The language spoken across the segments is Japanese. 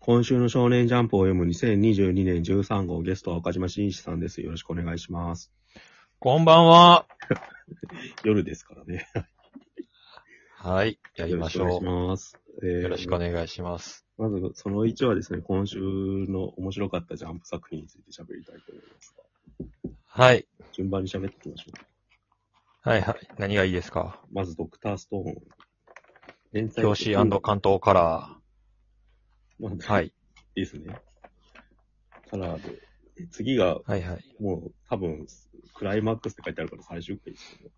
今週の少年ジャンプを読む2022年13号ゲストは岡島真一さんです。よろしくお願いします。こんばんは。夜ですからね。はい。やりましよょろくお願いします。えう。ーよろしくお願いします。まず、その1はですね、今週の面白かったジャンプ作品について喋りたいと思いますはい。が、順番に喋っていきましょう。はいはい。何がいいですかまず、ドクターストーン。連載教師関東カラまー。あ。はいい。いですね。カラーで。で次が、はいはい。もう、多分、クライマックスって書いてあるから最終回ですよ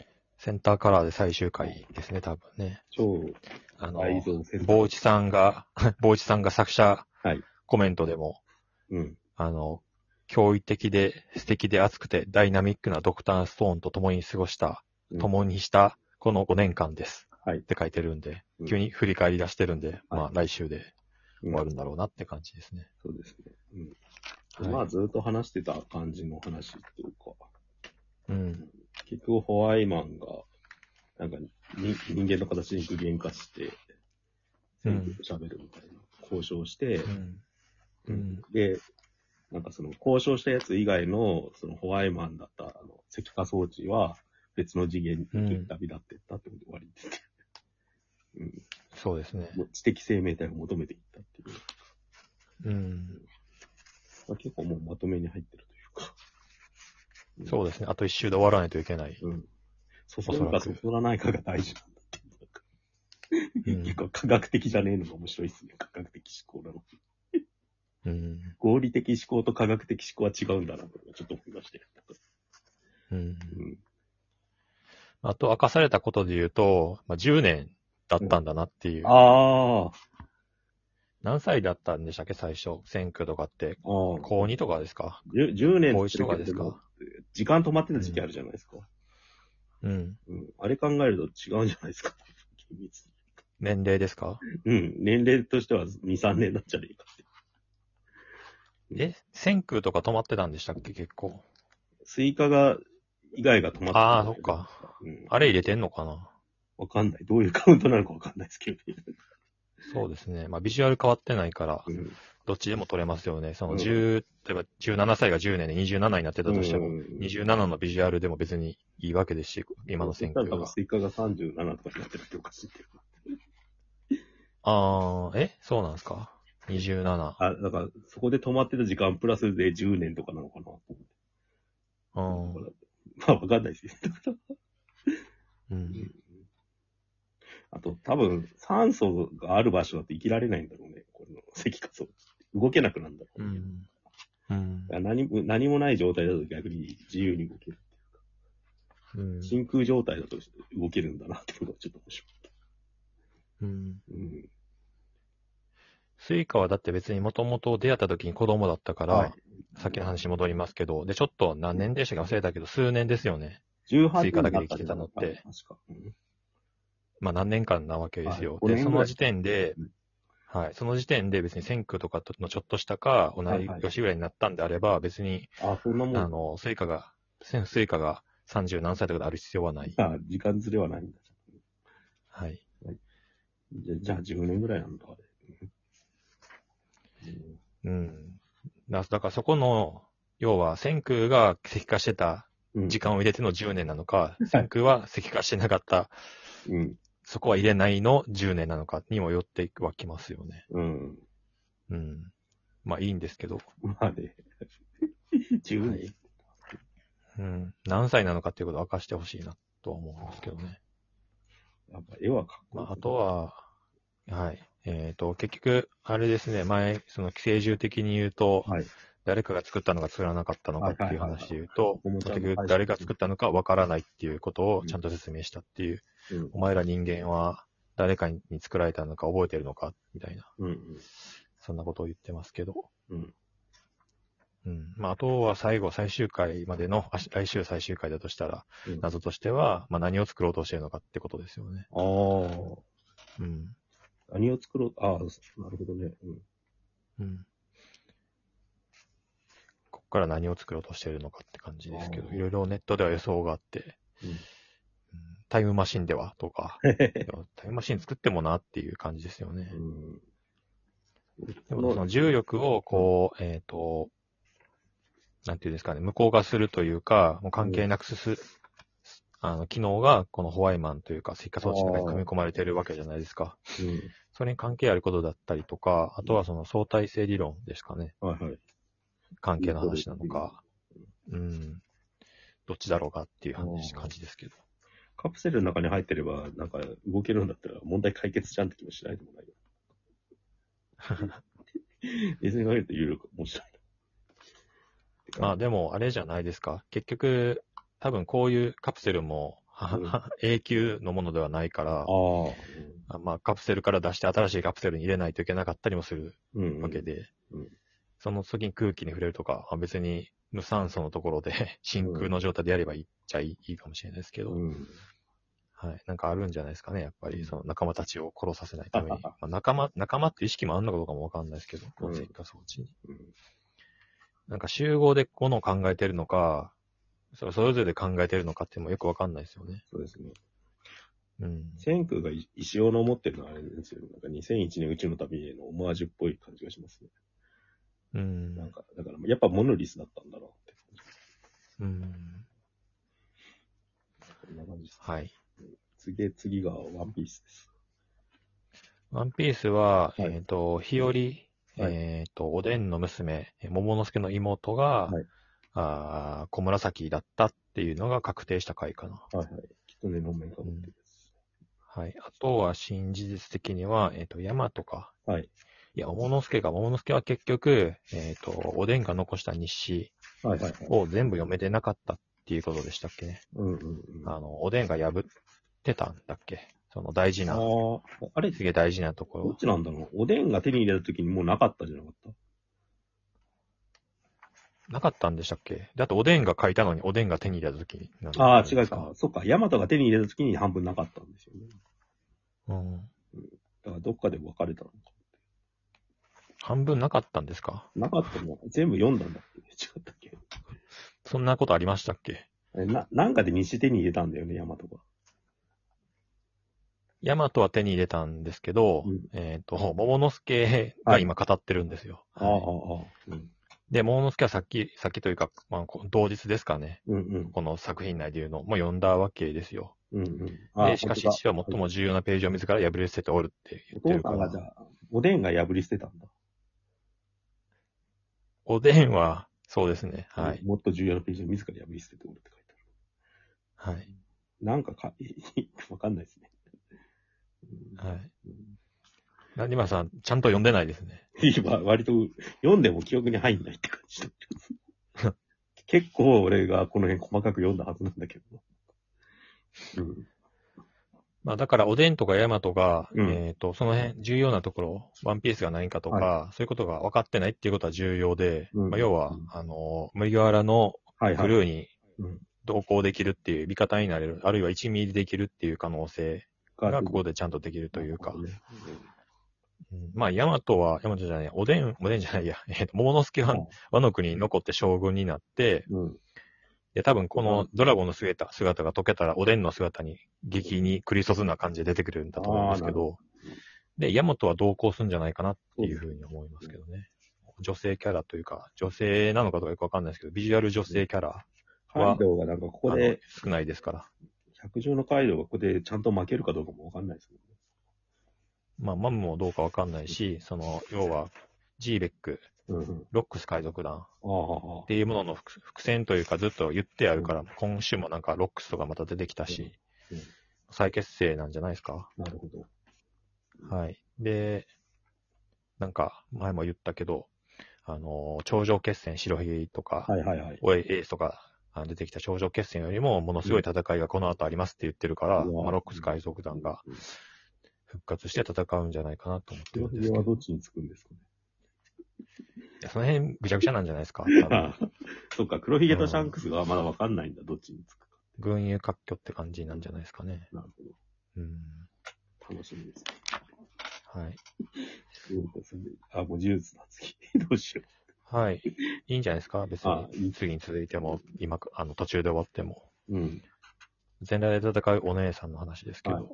ね。センターカラーで最終回ですね、多分ね。超あの、愛蔵先生。坊内さんが、 坊内さんが作者はいコメントでも、うん。あの、驚異的で素敵で熱くてダイナミックなドクターストーンと共に過ごした、うん共にしたこの5年間です。はいって書いてるんでうん、急に振り返り出してるんで、まはあ来週でうん終わるんだろうなって感じですね。そうですね。うん。はいまあ、ずっと話してた感じの話っていうか、うん。結局、ホワイマンが、なんかに、人間の形に具現化して、う全ん部喋るみたいな、交渉して、うん。うん。で、なんかその、交渉したやつ以外の、その、ホワイマンだった、あの、石化装置は、別の次元に旅立ってったってことで終わりですね。うんそうですね。もう知的生命体を求めていったっていう。うん。まあ、結構もうまとめに入ってるというか。うんそうですね。あと一周で終わらないといけない。うん。そそおそるらかくそそらないかが大事なんだっていうう。ん結構科学的じゃねえのが面白いですね。科学的思考なの。うん。合理的思考と科学的思考は違うんだなと、ちょっと思いましたよ。うん。うん。あと明かされたことで言うと、まあ、10年だったんだなっていう。ああ。何歳だったんでしたっけ、最初。選挙とかって。ああ。高2とかですか 10, 10年高1とかですって言ってかるけど時間止まってた時期あるじゃないですか。うん。うん。あれ考えると違うんじゃないですか。 厳密に年齢ですかうん。年齢としては2、3年なんじゃねえかって。え、選挙とか止まってたんでしたっけ、結構。スイカが、以外が止まってああ、たそんだっけど。か。うん。あれ入れてんのかなわかんない。どういうカウントなのかわかんないですけどね。そうですね。まあ、ビジュアル変わってないから、ん。どっちでも取れますよね。そうんの10、例えば17歳が10年で27になってたとしても、27のビジュアルでも別にいいわけですし、今の選挙だからが。スイカが37とかになってるっておかしいけど。あー、えそうなんですか ?27。あ、だから、そこで止まってた時間プラスで10年とかなのかな。う。うんまあ、わかんないですけど。うん。あと、多分、酸素がある場所だと生きられないんだろうね。この石化装置。動けなくなるんだろううね、ん。うんだから何も何もない状態だと逆に自由に動ける。うん。真空状態だと動けるんだなってことがちょっと面白い。うん。うん。スイカはだって別にもともと出会った時に子供だったから、はいさっきの話に戻りますけど、で、ちょっと何年でしたか忘れたけど、数年ですよね。 18スイカだけで生生きてたのっ確てか。うんまあ何年間なわけですよ。はい五で、年そぐらいの時点でうん、はい、その時点で別に選挙とかとのちょっとしたか、同はいいはい年ぐらいになったんであれば、別に、あ、そんなもん。あの、スイカが、スイカが30何歳とかである必要はない。あ時間ずれはないんだ。はい。じゃじゃあ10年ぐらいなんだ、あれ。うん。だだからそこの、要は、千空が石化してたうん。時間を入れての10年なのか、千空は石化してなかった、うん。そこは入れないの10年なのかにもよってはきますよね。うん。うん。まあいいんですけど、まあね。10は年い。うん。何歳なのかっていうことを明かしてほしいなとは思うんですけどね。やっぱ絵はかっこまいい。あ、あとは、はい。えっ、と、結局、あれですね、前、その寄生獣的に言うと、はい。誰かが作ったのか作らなかったのかっていう話で言うと、はいはいはいはい結局誰が作ったのかわからないっていうことをちゃんと説明したっていう、うん。お前ら人間は誰かに作られたのか覚えてるのかみたいな、うん。そんなことを言ってますけど。うん。うん。まあ、あとは最後、最終回までの、あし来週最終回だとしたら、うん謎としては、まあ、何を作ろうとしてるのかってことですよね。ああ。うん。何を作ろう、ああ、なるほどね。うん。うん。ここから何を作ろうとしてるのかって感じですけあど、ーいろいろネットでは予想があって、うんうんタイムマシンで はとか、いやタイムマシン作ってもなっていう感じですよね。うん。でもその重力を、こう、えっ、と、なんていうんですかね、無効化するというか、もう関係なくすす、あの、機能が、このホワイマンというか、石化装置の中に組み込まれてるわけじゃないですか。それに関係あることだったりとか、あとはその相対性理論ですかね。うん。はいはい。関係の話なのか。うん。どっちだろうかっていう話、うん感じですけど。カプセルの中に入ってれば、なんか動けるんだったら問題解決じゃんって気もしないでもないよ。 別にかけると有力面白いな。てかまあでも、あれじゃないですか。結局、多分こういうカプセルも、はうんは永久のものではないからあ、あ、あまあカプセルから出して新しいカプセルに入れないといけなかったりもするうん。うんわけ。で、うんうんその時に空気に触れるとか、まあ別に無酸素のところで 真空の状態でやればいいっちゃいい,、かもしれないですけど、うん。はい。なんかあるんじゃないですかね、やっぱうり、んその仲間たちを殺させないため に。あはまあ、仲間、仲間って意識もあんのかどうかもわかんないですけど、この石化装置に。うんなんか集合でこのを考えてるのか、それそれぞれで考えてるのかっていうのもよくわかんないですよね。そうですね。うん。千空がい石尾の持ってるのはあれですよ。なんか2001年宇宙の旅へのオマージュっぽい感じがしますね。うん。なんか、だからやっぱモノリスだったんだろうってうん。そんな感じです。はい。次、次がワンピースです。ワンピースは、はいえっ、と、日和、えっ、と、おでんの娘、え桃之助の妹が、はいあー小紫だったっていうのが確定した回かな。はいはい。きっとね、論面かぶってるやつ。はい。あとは、新事実的には、えっ、と、山とか。はい。いや、桃之助が、桃之助は結局、えっ、と、おでんが残した日誌はいはいはい。を全部読めてなかったっていうことでしたっけね。うんうんうん。あの、おでんが破ってたんだっけその大事あな、ーあれすげえ大事なとこどっろ。ちなんだろうおでんが手に入れた時にもうなかったじゃなかったなかったんでしたっけだっておでんが書いたのに、おでんが手に入れた時になんああ、じゃな違いうか。。そっか。ヤマトが手に入れた時に半分なかったんですよね。うん。だからどっかで分かれたのか。半分なかったんですかなかったの全部読んだんだっけ違ったっけそんなことありましたっけえな、なんかで西手に入れたんだよね、ヤマトが。ヤマトは手に入れたんですけど、うんえっ、と、桃之助が今語ってるんですよ。ああ、ああ、ああ。うん。で、桃之助はさっき、さっきというか、まあ、こ同日ですかね。うんうん。この作品内で言うのも読んだわけですよ。うんうん。あで、しかし、本父は最も重要なページを自ら破り捨てておるって言っ当だてるお父かさんがらじゃ。あ、おでんが破り捨てたんだ。おでんは、そうですね。はい。もっと重要なページを自ら破り捨てておるって書いてあはい。る。なんか か、わかんないですね。うんはい。うんなにまさん、ちゃんと読んでないですね。今、割と読んでも記憶に入んないって感じだ った。結構俺がこの辺細かく読んだはずなんだけど。うん。まあ、だから、おでんとかヤマトが、うんえっ、と、その辺、重要なところ、ワンピースがないんかとか、そういうことが分かってないっていうことは重要で、うんまあ、要うはん、あの、麦わらのはいはブい。ルーにうん同行できるっていう、味方になれる、あるいは1ミリできるっていう可能性がここでちゃんとできるというか、うんうんまあ、ヤマトは、ヤマトじゃない、おでん、おでんじゃないや、 えっ、と、桃之助はうん和の国に残って将軍になって、うん。で、多分このドラゴンの姿姿が溶けたら、おでんの姿に、激にクリソツな感じで出てくるんだと思うんですけあーなるど、で、ヤマトは同行するんじゃないかなっていうふうに思いますけどね。女性キャラというか、女性なのかどうかよくわかんないですけど、ビジュアル女性キャラ、カイドウがなんかここで、あの少ないですから。百条のカイドウがここでちゃんと負けるかどうかもわかんないですもんね。まあ、マムもどうかわかんないし、その、要は、ジーベック、うんうん。ロックス海賊団ああ、ああっ。ていうものの伏伏線というかずっと言ってあるから、今週もなんかロックスとかまた出てきたしうんうん、再結成なんじゃないですか。なるほど。はい。で、なんか前も言ったけど、あのー、頂上決戦、白ひげとか、はいはいはい。おいエースとかあ出てきた頂上決戦よりも、ものすごい戦いがこの後ありますって言ってるから、うんまあ、ロックス海賊団がうん復活して戦うんじゃないかなと思ってる黒ひんでげすけはど、どっちにつくんですかね。いやその辺ぐちゃぐちゃなんじゃないですか。多分ああ、そっか、黒ひげとシャンクスがまだわかんないんだ、どっちにつくか。群雄割拠って感じなんじゃないですかね。なるほうん。ど。楽しみです。はい。うんそれであ、もう呪術だ、次。 どうしよはい。いいんじゃないですか別あいに。次に続いても、今、あの、途中で終わっても。う。うん。全裸で戦うお姉さんの話ですけど、はい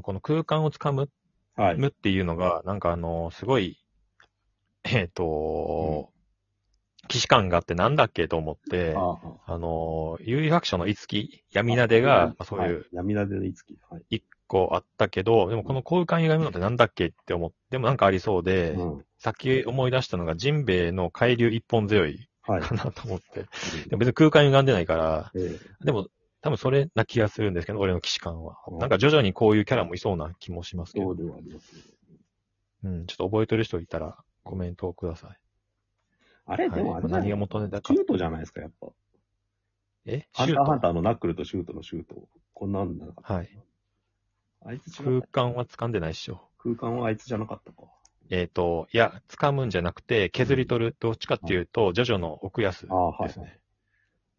この空間をつかむはい。むっていうのが、なんかあの、すごいえっ、と、騎士官があってなんだっけと思って、あああの、優位白書のいつき、闇あなでが、はまあ、そういう、闇なでのいつき。はい。一個あったけど、でもこの交換以外のってなんだっけって思って、でもなんかありそうで、うん。さっき思い出したのが、ジンベエの海流一本強いはい。かなと思って。でも別に空間歪んでないから、ええでも多分それな気がするんですけど、俺の騎士感は。うんなんか徐々にこういうキャラもいそうな気もしますけそうど。ではありますね。うん、ちょっと覚えてる人いたらコメントをくださあい。れ、はでい、もあれ何がも元ネタかシュ。ートじゃないですか、やっぱ。えハシンュターハンーターのナックルとシュートのシュート。こんなんだなかった。はい。あいつト違う空間は掴んでないっしょ。空間はあいつじゃなかったか。えっ、と、いや、掴むんじゃなくて、削り取る。どっちかっていうと、ジョジョの奥安ああ、はでいす。ね。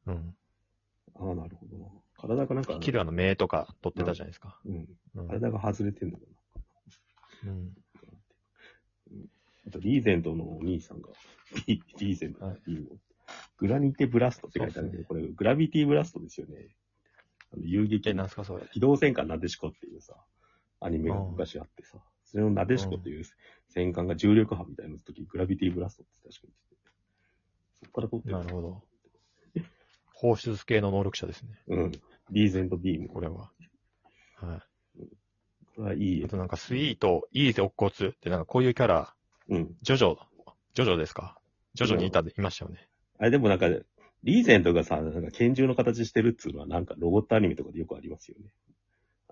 うん。ああ、なるほどな。体がなんか、キルアの目とか取ってたじゃないですか。うん。うん。体が外れてんだよな。うんあと、リーゼントのお兄さんが、リリーゼントのはいいいのグラニテブラストって書いてあるんで、そうでこすねれ、グラビティブラストですよね。あの遊撃え、なんすかそれ。機動戦艦なでしこっていうさ、アニメが昔あってさ、それのなでしこっていう戦艦が重力波みたいな時、グラビティブラストって確かに言ってて。そこから撮ってなるほど。放出系の能力者ですね。うん。リーゼントビーム。これは。はこれはいいい。絵あ。となんかスイート、イーゼ、オッコツってなんかこういうキャラ、うん。ジョジョ、ジョジョですかジョジョにいた、いましたよね。あれでもなんか、リーゼントがさ、なんか拳銃の形してるっつうのはなんかロボットアニメとかでよくありますよね。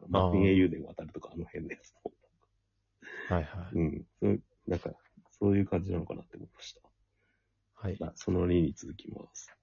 マーティン英雄伝渡るとかあの辺のやつも。はいはい。うん。そうなんか、そういう感じなのかなって思いました。はい。まあ、その2に続きます。